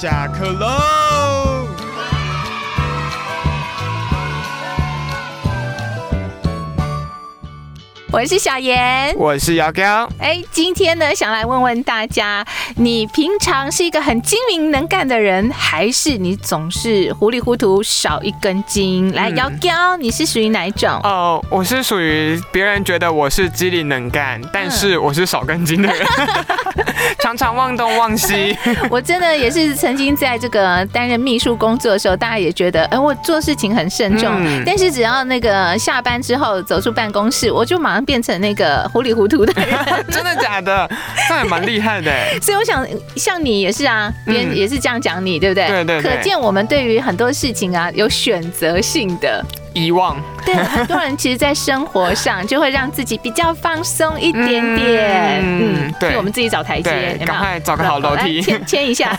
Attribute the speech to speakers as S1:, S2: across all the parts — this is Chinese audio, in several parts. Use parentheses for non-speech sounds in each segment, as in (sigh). S1: 下课喽！
S2: 我是小妍。
S1: 我是姚刚，
S2: 哎，今天呢，想来问问大家，你平常是一个很精明能干的人，还是你总是糊里糊涂少一根筋？来，
S1: 嗯
S2: 姚彪，你是属于哪一种？ (laughs)
S1: 哦，我是属于别人觉得我是机灵能干，
S2: 嗯
S1: 但是我是少根筋的人，
S2: (laughs)
S1: 常常忘东忘西。 (laughs)
S2: 我真的也是曾经在这个担任秘书工作的时候，大家也觉得，哎、我做事情很慎重，
S1: 嗯
S2: 但是只要那个下班之后走出办公室，我就马上变成那个糊里糊涂的人。
S1: 真的假的？那也蛮厉害的欸。
S2: 所以我想，像你也是啊，别人
S1: 嗯
S2: 也是这样讲你，对不对？
S1: 对对对
S2: 可见我们对于很多事情啊，有选择性的。
S1: (laughs) 遗忘
S2: 对，很多人其实，在生活上就会让自己比较放松一点点，
S1: 嗯
S2: 嗯，
S1: 对
S2: 替我们自己找台阶，有
S1: 对
S2: 没，有
S1: 赶快找个好楼
S2: 来
S1: 梯。
S2: 牵牵一下，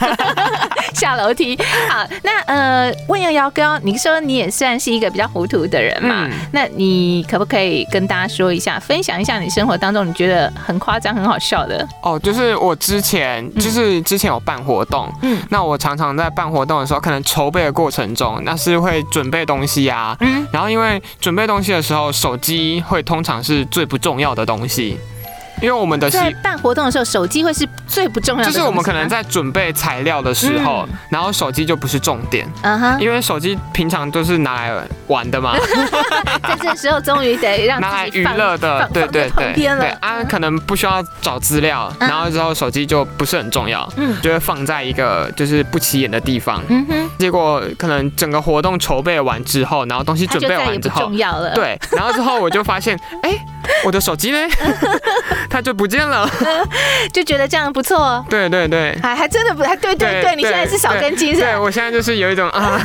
S1: (laughs)
S2: 下楼梯。好，那呃，问瑶瑶哥，你说你也算是一个比较糊涂的人嘛？
S1: 嗯
S2: 那你可不可以跟大家说一下，分享一下你生活当中你觉得很夸张、很好笑的？
S1: 哦，就是我之前，就是之前有办活动，
S2: 嗯
S1: 那我常常在办活动的时候，可能筹备的过程中，那是会准备东西啊，
S2: 嗯，
S1: 然后因为准备东西的时候，手机会通常是最不重要的东西，因为我们的习
S2: 在办活动的时候，手机会是最不重要的
S1: 就
S2: 东西
S1: 是
S2: 吗，
S1: 我们可能在准备材料的时候，然后手机就不是重点，
S2: 嗯哼，
S1: 因为手机平常都是拿来玩的嘛，
S2: (laughs) 在这时候终于得让
S1: 拿来
S2: 自己
S1: 娱
S2: 放
S1: 乐的
S2: 放，
S1: 对
S2: 放在
S1: 对
S2: 旁
S1: 对
S2: 边了
S1: 对啊，可能不需要找资料，
S2: 嗯
S1: 然后之后手机就不是很重要，
S2: 嗯
S1: 就会放在一个就是不起眼的地方。
S2: 嗯哼，
S1: 结果可能整个活动筹备完之后，然后东西
S2: 它
S1: 准
S2: 就
S1: 备
S2: 再也
S1: 完
S2: 不
S1: 之后
S2: 重，要了。，
S1: (laughs) 对，然后之后我就发现，哎、我的手机呢？它就不见了。
S2: 就觉得这样不错哦。
S1: 对对对。
S2: 还还真的不还对对
S1: 对
S2: 对，你现在
S1: 对
S2: 是少
S1: 对
S2: 根筋是吧
S1: 对，？我现在就是有一种啊，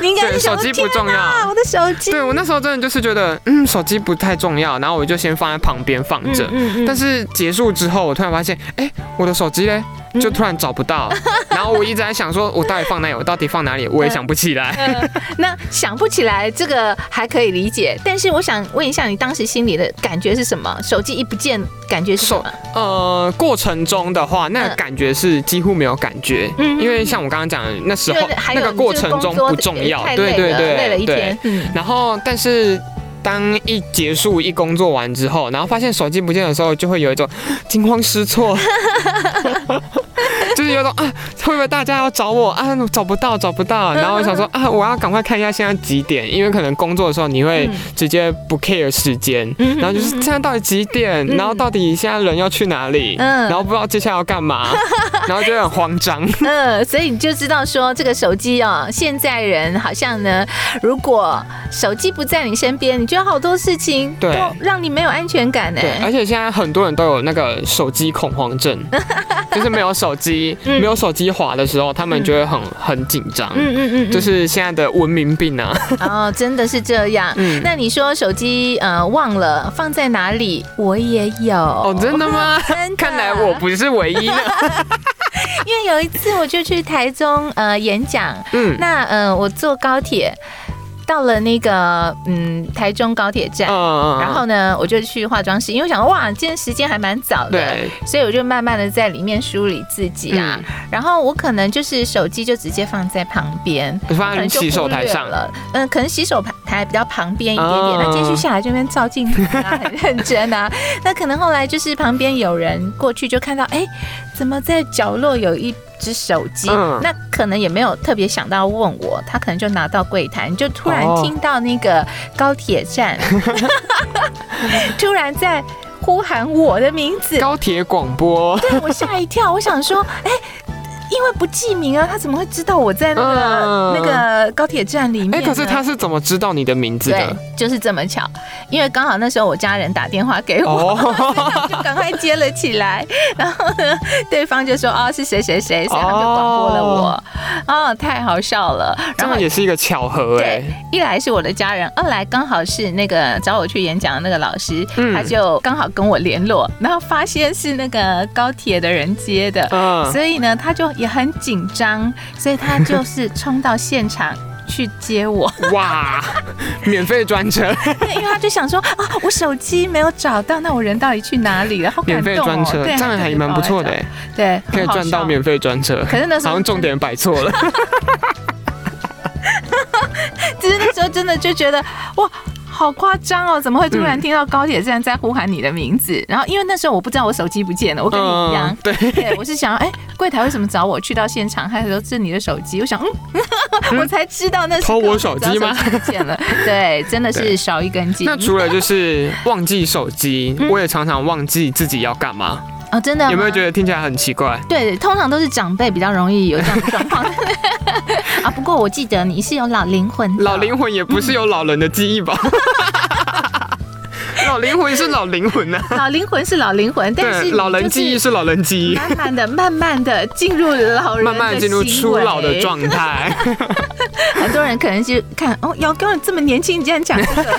S2: 你应该
S1: 对，
S2: 是
S1: 手
S2: 想
S1: 机
S2: 说
S1: 不重
S2: 啊，
S1: 要。
S2: 我的手机。
S1: 对我那时候真的就是觉得，嗯，手机不太重要，然后我就先放在旁边放着。
S2: 嗯
S1: 但
S2: 是
S1: 是结束之后，我突然发现，哎、我的手机嘞，
S2: 嗯
S1: 就
S2: (laughs)
S1: 突然找不到。然后我一直在想说，我到底放哪里？我到底放哪里？我也想不起来。
S2: 呃那想不起来这个还可以理解，但是我想问一下，你当时心里的感觉是什么？手机一不见，感觉是什
S1: 手
S2: 么？
S1: 呃，过程中的话，那个
S2: 嗯
S1: 感觉是几乎没有感觉，
S2: 嗯
S1: 因为像我刚刚讲的，那时候
S2: 就是还有
S1: 那个过程中不重要
S2: 太，
S1: 对
S2: 累
S1: 对
S2: 了
S1: 对，
S2: 累了一天
S1: 对。，
S2: 嗯，
S1: 然后，但是当一结束一工作完之后，然后发现手机不见的时候，就会有一种啊惊慌失
S2: (laughs)
S1: 措，就是有一种啊，会不会大家要找我啊？找不到，找不
S2: 嗯
S1: 到。然后我想说啊，我要赶快看一下现在几点，因为可能工作的时候你会
S2: 嗯
S1: 直接不 care 时间。
S2: 嗯
S1: 然后就是现在到底几点？
S2: 嗯
S1: 然后到底现在人要去哪里？
S2: 嗯
S1: 然后不知道接下来要干嘛，
S2: (laughs)
S1: 然后就很慌张。
S2: 嗯，所以你就知道说这个手机哦，现在人好像呢，如果手机不在你身边，你觉得好多事情都
S1: 对
S2: 让你没有安全感欸呢。
S1: 对，而且现在很多人都有那个手机恐慌症，
S2: (laughs)
S1: 就是没有手机，没有手机滑的时候，他们就会很很紧张，
S2: 嗯嗯嗯，嗯
S1: 就是现在的文明病啊。
S2: 哦，真的是这样。
S1: 嗯
S2: 那你说手机呃忘了放在哪里？我也有
S1: (laughs) 哦，真的吗？
S2: 真的
S1: 看来我不是唯一的。
S2: 因为有一次我就去台中呃演讲，
S1: 嗯
S2: (laughs) 那呃我坐高铁到了那个嗯台中高铁站。
S1: 嗯
S2: 然后呢，我就去化妆室，因为我想哇，今天时间还蛮早的，
S1: 对，
S2: 所以我就慢慢的在里面梳理自己啊。
S1: 嗯
S2: 然后我可能就是手机就直接放在旁边，
S1: 放在嗯洗手台上
S2: 可能就忽略。了，嗯，可能洗手台比较旁边一点点。
S1: 哦
S2: 那接续下来这边照镜子啊，很认真啊。那可能后来就是旁边有人过去就看到，哎，怎么在角落有一只手机？
S1: 嗯
S2: 那可能也没有特别想到问我，他可能就拿到柜台，你就突然
S1: 哦
S2: 听到那个高铁站，
S1: (laughs)
S2: 突然在呼喊我的名字，
S1: 高铁广播，
S2: 对我吓一跳，我想说，哎、因为不记名啊，他怎么会知道我在那个、
S1: 嗯
S2: 那个高铁站里面呢？
S1: 哎，可是他是怎么知道你的名字
S2: 对
S1: 的？，
S2: 就是这么巧，因为刚好那时候我家人打电话给我。 (laughs)
S1: 哦，
S2: 我就赶快接了起来，然后呢，对方就说：“哦，是谁谁谁，所以他们就广播了我。哦，太好笑了。
S1: 这
S2: 然后
S1: 样也是一个巧合
S2: 对
S1: 哎。，
S2: 一来是我的家人，二来刚好是那个找我去演讲的那个老师，
S1: 嗯
S2: 他就刚好跟我联络，然后发现是那个高铁的人接的，
S1: 嗯，
S2: 所以呢，他就也很紧张，所以他就是冲到现场去接我，
S1: 哇，免费专
S2: (laughs)
S1: 车，
S2: 对，因为他就想说啊，我手机没有找到，那我人到底去哪里了？好感
S1: 免费
S2: 动
S1: 专
S2: 哦！
S1: 车，
S2: 对，
S1: 这样
S2: 他
S1: 还
S2: 就
S1: 蛮
S2: 帮
S1: 不
S2: 我
S1: 错的
S2: 找
S1: 欸，
S2: 对，
S1: 可以
S2: 很好
S1: 赚到
S2: 笑
S1: 免费专车。
S2: 可是那时
S1: 好
S2: 候
S1: 像重点摆错了，
S2: 只是那时候真的就觉得哇。好夸张哦！怎么会突然听到高铁站在呼喊你的名字？然后因为那时候我不知道我手机不见了， (laughs) 我跟你一样
S1: 嗯，，对，
S2: 对我是想哎，柜台为什么找我？去到现场，他说这是你的手机，我想嗯，
S1: (laughs)
S2: 我才知道那是
S1: 偷我
S2: 高铁
S1: 手机吗
S2: 不见了，对，真的是
S1: 对
S2: 少一根
S1: (laughs)
S2: 筋。
S1: 那除了就是忘记手机，
S2: 嗯
S1: 我也常常忘记自己要干嘛，
S2: 哦，真的
S1: 有没有觉
S2: 得？
S1: 得听起来很奇怪？
S2: 对，通常都是长辈比较容易有这样的状
S1: (laughs)
S2: 况啊。不过我记得你是有老灵魂的，
S1: 老灵魂也不是有老人的记忆吧？
S2: 嗯
S1: (laughs) 老灵魂是老灵魂呐、啊
S2: 老灵魂是老灵魂，但是
S1: 对，
S2: 你
S1: 老人
S2: 就是
S1: 记忆是老人记忆，
S2: 慢慢的、慢慢的进入老人的
S1: 慢慢进入初老的状态。
S2: 行为。很多人可能就看哦，姚哥这么年轻，你竟然
S1: (laughs)
S2: 讲这个，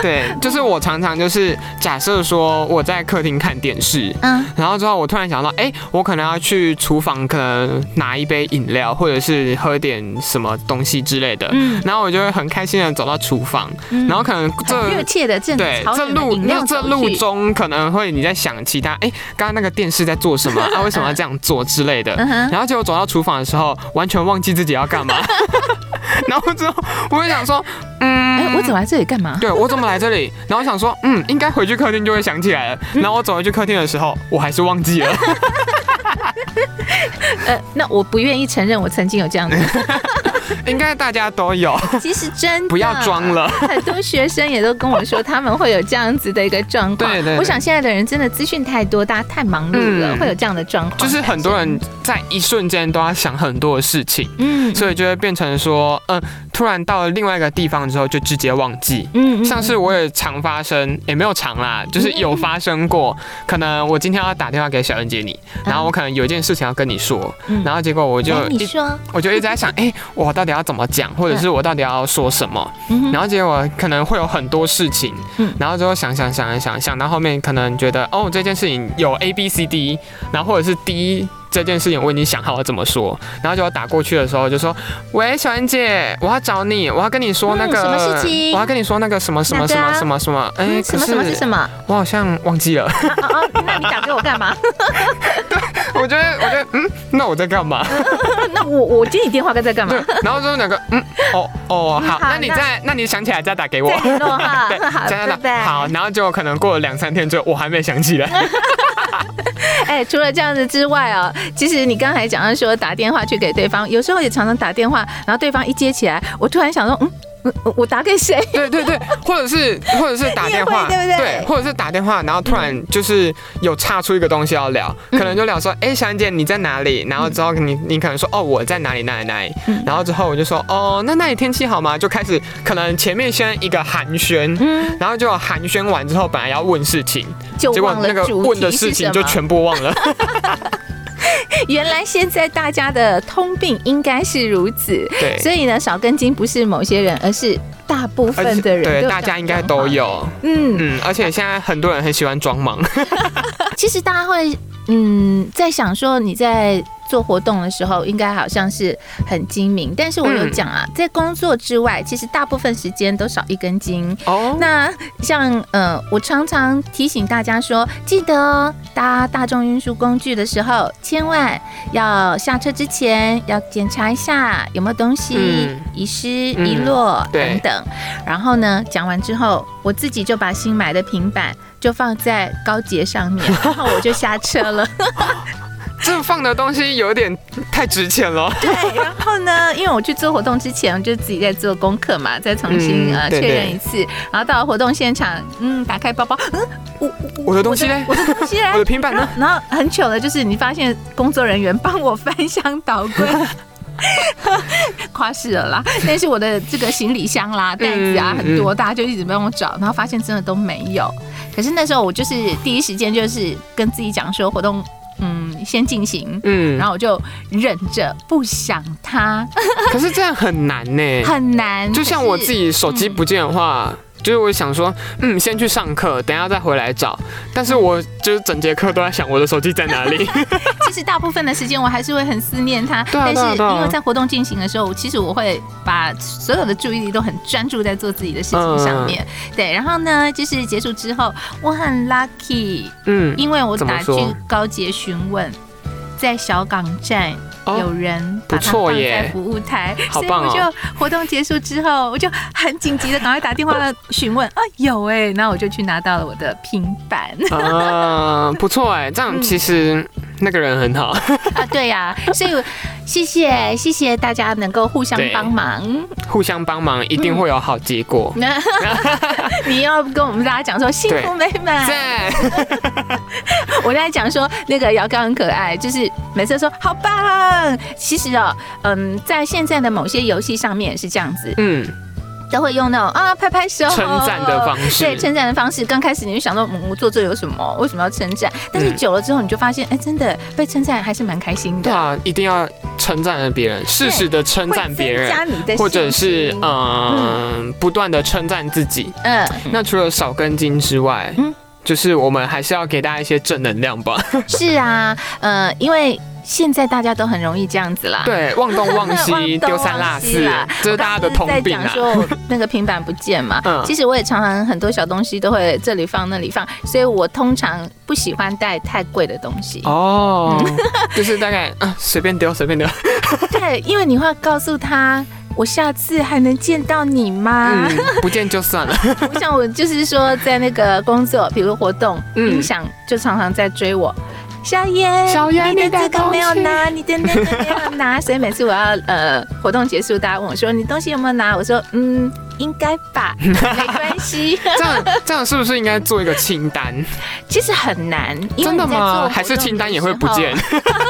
S1: 对，就是我常常就是假设说我在客厅看电视，
S2: 嗯，
S1: 然后之后我突然想到，哎、我可能要去厨房，可能拿一杯饮料，或者是喝点什么东西之类的。
S2: 嗯
S1: 然后我就会很开心的走到厨房，然后可能
S2: 很热
S1: 这。
S2: 切的正
S1: 对，
S2: 朝
S1: 这
S2: 着你的
S1: 路
S2: 饮料
S1: 这
S2: 走
S1: 路
S2: 去
S1: 中可能会你在想其他，哎、刚刚那个电视在做什么啊？为什么要这样做之类的？
S2: 嗯哼
S1: 然后结果走到厨房的时候，完全忘记自己要干
S2: (laughs)
S1: 嘛。然后之后我就想说，嗯，
S2: 哎，我走来这里干嘛？
S1: 对我怎么来这里？然后我想说，嗯，应该回去客厅就会想起来了。然后我走回去客厅的时候，我还是忘记了。嗯
S2: 呃，那我不愿意承认我曾经有这样的，
S1: (laughs) 应该大家都有，嗯
S2: 其实真
S1: (laughs)
S2: 的
S1: 不要装。了。
S2: (laughs) 很多学生也都跟我说，他们会有这样子的一个状况。
S1: 对对对
S2: 我想现在的人真的资讯太多，大家太忙碌了，
S1: 嗯
S2: 会有这样的状况。
S1: 就是很多人在一瞬间都要想很多的事情，
S2: 嗯，
S1: 所以就会变成说，嗯，突然到了另外一个地方之后就直接忘记。
S2: 嗯嗯，
S1: 像是我也常发生，也没有常啦，就是有发生过。可能我今天要打电话给小恩姐你，然后我可能有一件事情要跟你说，
S2: 嗯
S1: 嗯然后结果我就
S2: 哎你
S1: 呃一
S2: 说，
S1: 我就一直在想，哎、我到底要怎么讲，或者是我到底要说什么？
S2: 嗯
S1: 然后结果可能会有很多事情，
S2: 嗯
S1: 然后之后想想想想想到后面，可能觉得哦这件事情有 A B C D，然后或者是 D 这件事情我已经想好了怎么说，然后就打过去的时候就说，喂小恩姐，我要找你，我要跟你说那个、
S2: 嗯什么事情
S1: 我要跟你说那个什么什么
S2: 哪
S1: 什
S2: 个啊
S1: 么什么什么，哎、
S2: 嗯，什么什么是什
S1: 么？ (laughs)
S2: 么？
S1: 我好像忘记
S2: (laughs)
S1: 了，
S2: 哦哦，那你打给我干嘛？ (laughs)
S1: 我觉得我觉得嗯，那我在干嘛？
S2: 那我我接你电话该在干嘛
S1: 对？，然后之后两个嗯哦哦
S2: 嗯
S1: 好，
S2: 好
S1: 那你
S2: 那
S1: 再那你想起来再打给我
S2: 再。联络哈，
S1: (laughs) 对，
S2: 好，
S1: 加拿
S2: 拜
S1: 大
S2: 拜。
S1: 好，，然后就可能过了两三天之后，我还没想起
S2: (laughs)
S1: 来。
S2: 哎，除了这样子之外哦，其实你刚才讲到说打电话去给对方，有时候也常常打电话，然后对方一接起来，我突然想说，嗯，嗯我我打给谁？
S1: 对对对，或者是或者是打电话，
S2: 你也会对不对
S1: 或者是打电话，然后突然就是有岔出一个东西要聊，
S2: 嗯
S1: 可能就聊说，哎、小安姐你在哪里？然后之后你你可能说，哦我在哪里哪里哪里，
S2: 嗯
S1: 然后之后我就说，哦那那里天气好吗？就开始可能前面先一个寒暄，
S2: 嗯，
S1: 然后就寒暄完之后，本来要问事情，
S2: 就
S1: 结果
S2: 忘
S1: 那
S2: 了
S1: 个
S2: 主
S1: 问的
S2: 题
S1: 事
S2: 是
S1: 情
S2: 什
S1: 就
S2: 么。
S1: 全部忘了。
S2: 原来现在大家的通病应该是如此， (laughs)
S1: 对，
S2: 所以呢，少根筋不是某些人，而是大部
S1: 而
S2: 分
S1: 且
S2: 的人。
S1: 呃对大家应该都。有，
S2: 嗯，啊
S1: 嗯，而且现在很多人很喜欢装忙。
S2: 其实大家会嗯在想说你在做活动的时候，应该好像是很精明，但是我有
S1: 嗯
S2: 讲啊，在工作之外，其实大部分时间都少一根筋。
S1: 哦，
S2: 那像呃，我常常提醒大家说，记得哦，搭大众运输工具的时候，千万要下车之前要检查一下有没有东西、
S1: 嗯
S2: 遗失、
S1: 嗯
S2: 遗落
S1: 对
S2: 等等。然后呢，讲完之后，我自己就把新买的平板就放在高捷
S1: (laughs)
S2: 上面，然后我就下车了。
S1: 这放的东西有点太值钱了。
S2: 对，然后呢，因为我去做活动之前，我就自己在做功课嘛，再重新、
S1: 嗯
S2: 呃
S1: 对
S2: 确
S1: 对
S2: 认一次。然后到了活动现场，嗯，打开包包，嗯，我我
S1: 我的东西嘞
S2: 我的东西
S1: (laughs)
S2: 嘞
S1: 我，的平板
S2: 然
S1: 呢
S2: 后？，然后很糗的就是，你发现工作人员帮我翻箱倒
S1: (laughs)
S2: 柜。夸饰了啦，但是我的这个行李箱啦、袋子啊
S1: 嗯
S2: 很多，大家就一直帮我找，然后发现真的都没有。可是那时候我就是第一时间就是跟自己讲说活动，嗯，先进行，
S1: 嗯
S2: 然，后我就忍着不想它，
S1: 可是这样很难呢。
S2: 很难。
S1: 就像我自己手机
S2: 嗯
S1: 不见的话，就是我想说，嗯，先去上课，等一下再回来找。但是我就是整节课都在想我的手机在哪
S2: (laughs)
S1: 里。
S2: 其实大部分的时间我还是会很思念他，
S1: 对啊
S2: 但
S1: 对啊
S2: 是
S1: 对啊
S2: 因为在活动进行的时候，我其实我会把所有的注意力都很专注在做自己的事情上面。
S1: 嗯
S2: 对，然后呢，就是结束之后，我很 lucky，
S1: 嗯，
S2: 因为我
S1: 怎么
S2: 打去
S1: 说
S2: 高捷询问，在小港站。
S1: 哦
S2: 有人
S1: 不
S2: 把它
S1: 错
S2: 放在
S1: 耶
S2: 服务台，
S1: 好
S2: 所以
S1: 棒
S2: 我
S1: 哦
S2: 就活动结束之后，我就很紧急的赶快打电话来询问啊，有哎、那我就去拿到了我的平板。
S1: 啊，不错哎，这
S2: 嗯
S1: 样其实那个人很好。
S2: 啊，对呀、所以我谢谢谢谢大家能够互相
S1: 对
S2: 帮忙。
S1: (laughs) 互相帮忙，一定会有好结果。
S2: 那你要跟我们大家讲说幸福美满，
S1: 赞、
S2: 我在讲说那个姚刚很可爱，就是每次说好棒。其实哦，嗯，在现在的某些游戏上面也是这样子，
S1: 嗯，
S2: 都会用那种啊拍拍手
S1: 称赞的方式
S2: 对称赞的方式。刚开始你就想说，嗯，我做这有什么？为什么要称赞？但是
S1: 嗯
S2: 久了之后，你就发现，哎、真的被称赞还是蛮开心
S1: 对
S2: 的，
S1: 啊，一定要称赞别人，适时的称
S2: 会
S1: 赞别
S2: 增加
S1: 人，
S2: 你的
S1: 或者
S2: 信
S1: 是
S2: 心
S1: 嗯、不断的称赞自己。
S2: 嗯。
S1: 那除了少根筋之外，
S2: 嗯
S1: 就是我们还是要给大家一些正能量
S2: (laughs)
S1: 吧。
S2: 是啊，呃，因为现在大家都很容易这样子啦。。
S1: 对，忘东忘
S2: (laughs) 忘
S1: 西，
S2: 东
S1: 丢三落
S2: 忘西
S1: 四
S2: 啦，
S1: 这是大家的通病
S2: 在
S1: 啊，
S2: 讲。说我那个平板不见嘛
S1: (laughs) 嗯
S2: 其实我也常常很多小东西都会这里放那里放，所以我通常不喜欢带太贵的东西。
S1: 哦，
S2: 嗯
S1: (laughs) 就是大概啊，随便丢随便丢，
S2: 对，因为你会告诉他，我下次还能见到你吗？
S1: 嗯，不见就
S2: (laughs)
S1: 算了。
S2: 像我就是说，在那个工作，比如活动，
S1: 嗯
S2: 音响就常常在追我。小严，
S1: 小严
S2: 你
S1: 你
S2: 的
S1: 的
S2: 这个
S1: 东
S2: 没有
S1: 西
S2: 拿，你的那个没有拿，所以每次我要呃活动结束，大家问我说你东西有没有拿，我说嗯应该吧，没关系。
S1: 这样这样是不是应该做一个清单？
S2: 其实很难，因为
S1: 真
S2: 你
S1: 的
S2: 在做活
S1: 吗？
S2: 动
S1: 还是清单也会不见
S2: 的？时候？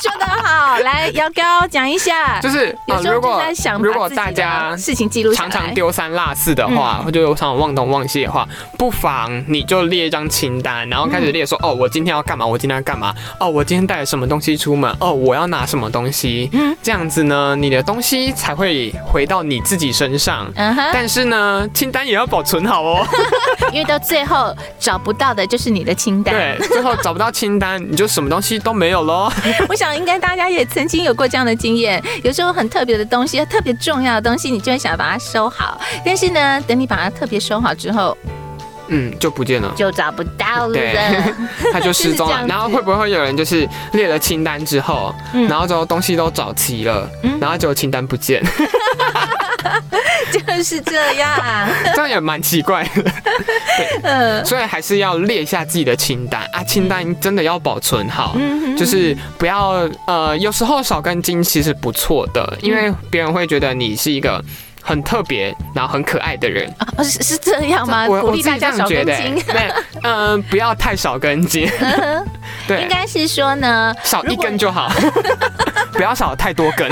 S2: 说得好，来姚高讲一下。
S1: 就是啊
S2: 有，时候
S1: 如
S2: 就
S1: 果
S2: 在想把
S1: 如果
S2: 自己啊
S1: 大
S2: 的
S1: 家
S2: 事情记录下
S1: 常常
S2: 来嗯
S1: 丢三落四的话，或者有常常忘东忘西的话，不妨你就列一张清单，然后开始列
S2: 嗯
S1: 说，哦，我今天要干嘛？我今天要干嘛？哦，我今天带了什么东西出门？哦，我要拿什么东西？
S2: 嗯
S1: 这样子呢，你的东西才会回到你自己身上。
S2: 嗯哼，
S1: 但是呢，清单也要保存好
S2: (laughs)
S1: 哦。
S2: 因为到最后找不到的就是你的清单。
S1: 对，最后找不到清单，你就什么东西都没有喽。
S2: (laughs) 我想应该大家也曾经有过这样的经验，有时候很特别的东西、特别重要的东西，你就会想把它收好，但是呢，等你把它特别收好之后，
S1: 嗯，就不见了。
S2: 就找不到了。
S1: 对他就失踪
S2: (laughs) 就是这样
S1: 了。
S2: 子
S1: 然后会不会有人就是列了清单之后，
S2: 嗯
S1: 然后之后东西都找齐了，
S2: 嗯
S1: 然后结果清单不见，
S2: 就是这样。
S1: 这样也蛮奇怪的。
S2: 嗯
S1: 所以还是要列一下自己的清单啊，清单真的要保存好。
S2: 嗯
S1: 就是不要呃，有时候少根筋其实不错的，因
S2: 嗯
S1: 为别人会觉得你是一个很特别，然后很可爱的人。
S2: 哦是是这样吗？
S1: 我
S2: 鼓
S1: 我
S2: 励
S1: 自
S2: 大
S1: 己这
S2: 家
S1: 样
S2: 少
S1: 觉
S2: 跟
S1: 得、
S2: 进。
S1: 对，嗯、不要太少根筋，
S2: 嗯应
S1: 对，
S2: 该是说呢，
S1: 少
S2: 如
S1: 一
S2: 果
S1: 根就好， (laughs) 不要少太多根。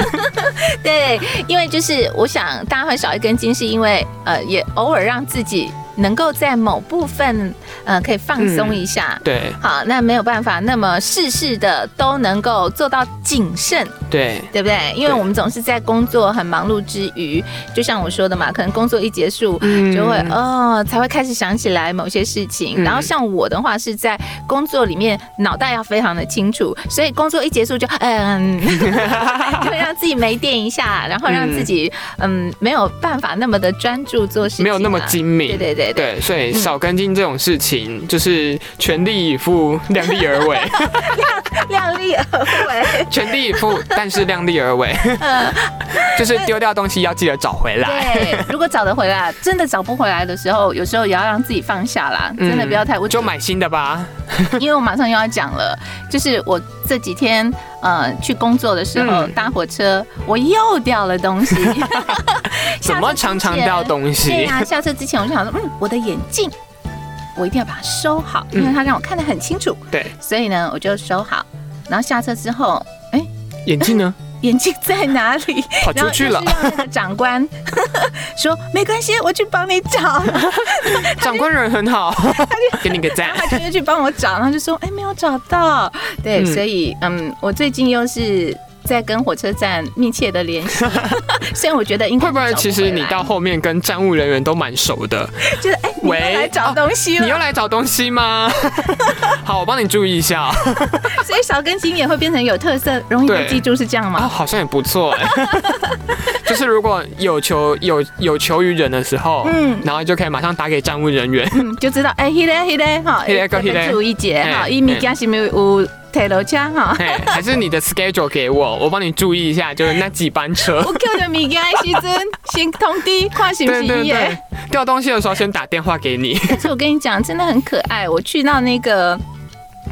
S2: 对，因为就是我想大家会少一根筋，是因为呃，也偶尔让自己能够在某部分呃可以放
S1: 嗯
S2: 松一下。
S1: 对
S2: 好，那没有办法，那么事事的都能够做到谨慎，
S1: 对，
S2: 对不对？因为
S1: 对
S2: 我们总是在工作很忙碌之余，就像我说的嘛，可能工作一结束。
S1: 嗯
S2: (laughs) 就会哦，才会开始想起来某些事情。
S1: 嗯
S2: 然后像我的话，是在工作里面脑袋要非常的清楚，所以工作一结束就
S1: (laughs)
S2: 嗯，就会让自己没电一下，然后让自己嗯没有办法那么的专注做事情啊，
S1: 没有那么精明。
S2: 对对
S1: (laughs)
S2: 嗯对对，
S1: 对所以少跟进这种事情，就是全力以赴，量力而
S2: (laughs)
S1: 为，
S2: 量力而为。
S1: 全力以赴，但是量力而为，
S2: 嗯，
S1: 就是丢掉东西要记得找回来。
S2: (laughs) 对，如果找得回来，真的找不回来的时候，有时候也要让自己放下啦，真的
S1: 嗯
S2: 不要太无。
S1: 就买新的吧。
S2: 因为我马上又要讲了，就是我这几天呃去工作的时候、
S1: 嗯
S2: 搭火车，我又掉了东西。
S1: (laughs) 怎么常常掉东
S2: 西对
S1: 西？
S2: 呀、下车之前我就想说，嗯，我的眼镜我一定要把它收好，因
S1: 嗯
S2: 为它让我看得很清楚，
S1: 对，
S2: 所以呢我就收好。然后下车之后，哎
S1: 眼镜
S2: (laughs)
S1: 呢？
S2: 眼镜在哪里？
S1: 跑
S2: 然
S1: 出
S2: 后
S1: 去
S2: 就
S1: 了
S2: 是。让那个长官 (laughs) 说没关系，我去帮你找。
S1: 长官人很
S2: (laughs)
S1: 好，给你个赞。
S2: 他就去帮我找，然后就说：“哎，没有找到。”对，
S1: 嗯
S2: 所以嗯，我最近又是在跟火车站密切的
S1: (laughs)
S2: 联系，所以我觉得应该
S1: 会不会其实你到后面跟站务人员都蛮熟的？
S2: 就是哎，你又
S1: 喂
S2: 来找东西
S1: 你
S2: 了，
S1: 又来找东西
S2: (laughs)
S1: 吗？好，我帮你注意一下哦。
S2: 所以少根筋也会变成有特色，容易被
S1: 对
S2: 记住，是这样
S1: 啊，
S2: 吗？
S1: 好像也不错
S2: (laughs)
S1: 哎、就是如果有求有有求于人的时候，
S2: 嗯
S1: 嗯，然后就可以马上打给站务人
S2: (laughs)
S1: 员。
S2: 嗯，就知道哎，迄个迄个哈，
S1: 那个
S2: 特别
S1: 那个哎
S2: 注意节哈，
S1: 嘿
S2: 伊物件是没有提落车哈。 (laughs)
S1: 嘿，还是你的 schedule 给我，我帮你注意一下，就是那几班
S2: (laughs)
S1: 车。
S2: 我叫着物件的时阵，先通知
S1: (laughs)
S2: 看是不是
S1: 对对
S2: 伊的 (laughs)
S1: 对。，掉东西的时候先打电话给你。
S2: 但是我跟你讲，真的很可爱。我去到那个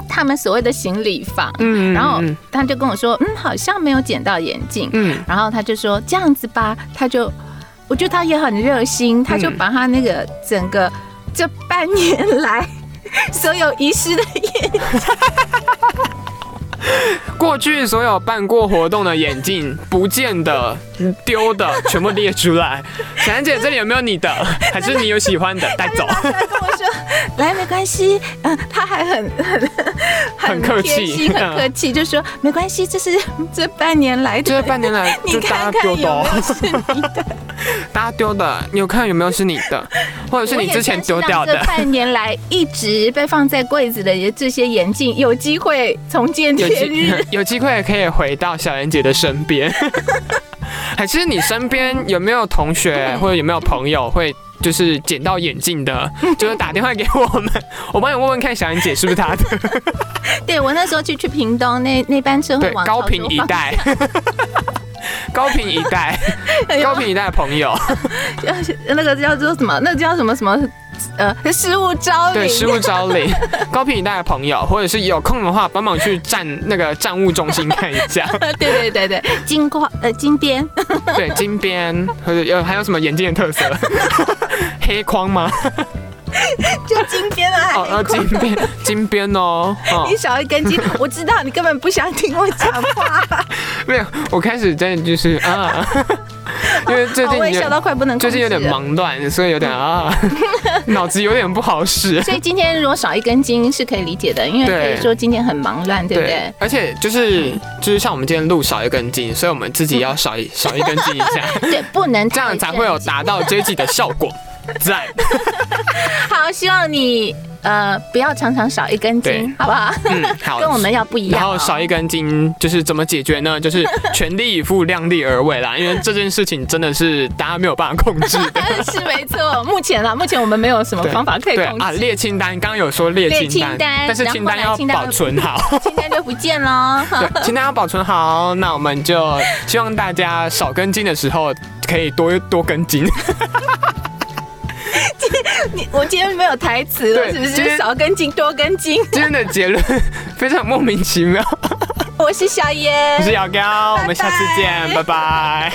S2: 他们所谓的行李房，
S1: 嗯
S2: 然后
S1: 嗯
S2: 他就跟我说，嗯，好像没有捡到眼镜。
S1: 嗯，
S2: 然后他就说这样子吧，他就我觉得他也很热心，他就把他那个整个这半年来所有遗失的
S1: 过去所有办过活动的眼镜不见的、丢的，全部列出
S2: (laughs)
S1: 来。小安姐，这里有没有你的？还是你有喜欢的带走？
S2: 他跟我说，来没关系，嗯、他还很很
S1: 很客气
S2: 贴心很客气，就说没关系，这是这半年来
S1: 这
S2: 的，
S1: 半年来
S2: (laughs) 你
S1: 就
S2: 看
S1: 大家
S2: 看
S1: 丢
S2: 有没
S1: 的、哦，
S2: 有是你的，
S1: 大家丢的，你有看有没有是你
S2: (laughs)
S1: 的，或者是你之前丢掉
S2: 我也算啊
S1: 的
S2: 是让这？半年来一直被放在柜子的这些眼镜，有机会重见
S1: (laughs) 有
S2: 天
S1: 机 (laughs)
S2: 日。
S1: 有机会可以回到小妍姐的身边， (laughs) 还是你身边有没有同学或者有没有朋友会就是捡到眼镜
S2: (laughs)
S1: 的，就是打电话给我们， (laughs) 我帮你问问看小妍姐是不是她的，
S2: (laughs) 对我那时候去去屏东那那班车会
S1: 对
S2: 往，
S1: 高频一
S2: 带，
S1: 带， (laughs) 高频一带，
S2: (laughs) 哎呦
S1: 高频一带的朋友，
S2: (laughs) 那个叫做什么？那个叫什么什么？呃，失物招领
S1: 对，。失物招领，高频一带的朋友，或者是有空的话帮忙去站那个站务中心看一下，
S2: (laughs) 对对对对，金瓜呃金边， (laughs)
S1: 对，金边或者呃有还有什么眼镜的特
S2: (laughs)
S1: 色，黑框吗？
S2: 就金边啊，
S1: 哦，要金边，金边哦，哦
S2: 你，少一
S1: (laughs)
S2: 根筋，我知道你根本不想听我讲话，
S1: 没有，我开始真的就是啊，
S2: (laughs)
S1: 因为 (laughs) 最
S2: 好哦我
S1: 近
S2: 也笑
S1: 有
S2: 到快不能控
S1: 最
S2: 制
S1: 近有点
S2: 了。
S1: 忙乱，所以有点
S2: (laughs)
S1: 啊，脑子有点不好使。
S2: 所以今天如果少一根筋是可以理解的，因为
S1: 对
S2: 可以说今天很忙乱，对不对？，
S1: 而且就是就是像我们今天录少一根筋，所以我们自己要少一少一根筋一
S2: (laughs)
S1: 下，
S2: 对，不能
S1: 这样才会有达到这一集的效
S2: (laughs)
S1: 果。赞，
S2: 好。希望你呃不要常常少一根筋
S1: 对，
S2: 好不好？
S1: 嗯，好，
S2: 跟我们要不一样、
S1: 然
S2: 哦。
S1: 后少一根筋，就是怎么解决呢？就是全力以赴，量力而为啦。 (laughs) 因为这件事情真的是大家没有办法控制的。
S2: 是没错，目前啦，目前我们 (laughs) 没有什么
S1: 对
S2: 方法可以
S1: 对
S2: 控制。
S1: 啊，列清单，刚刚有说列
S2: 列
S1: 清
S2: 清
S1: 单，
S2: 单
S1: 但是
S2: 然后
S1: 清
S2: 后
S1: 单
S2: 来
S1: 要
S2: 清单
S1: 保
S2: 会
S1: 存好。
S2: (laughs) 清单就不见喽。
S1: 对，清单要保存好，那我们就希望大家少跟筋的时候可以多多跟筋。
S2: (laughs)
S1: (laughs)
S2: 你我今天没有台词了，
S1: 对
S2: 是不
S1: 今
S2: 是？
S1: 天
S2: 少根筋，多根筋。
S1: 今天的结论非常
S2: (laughs)
S1: 莫名其妙。
S2: 我是小
S1: 我
S2: 妍，
S1: 是姚高，我们下次见，拜拜。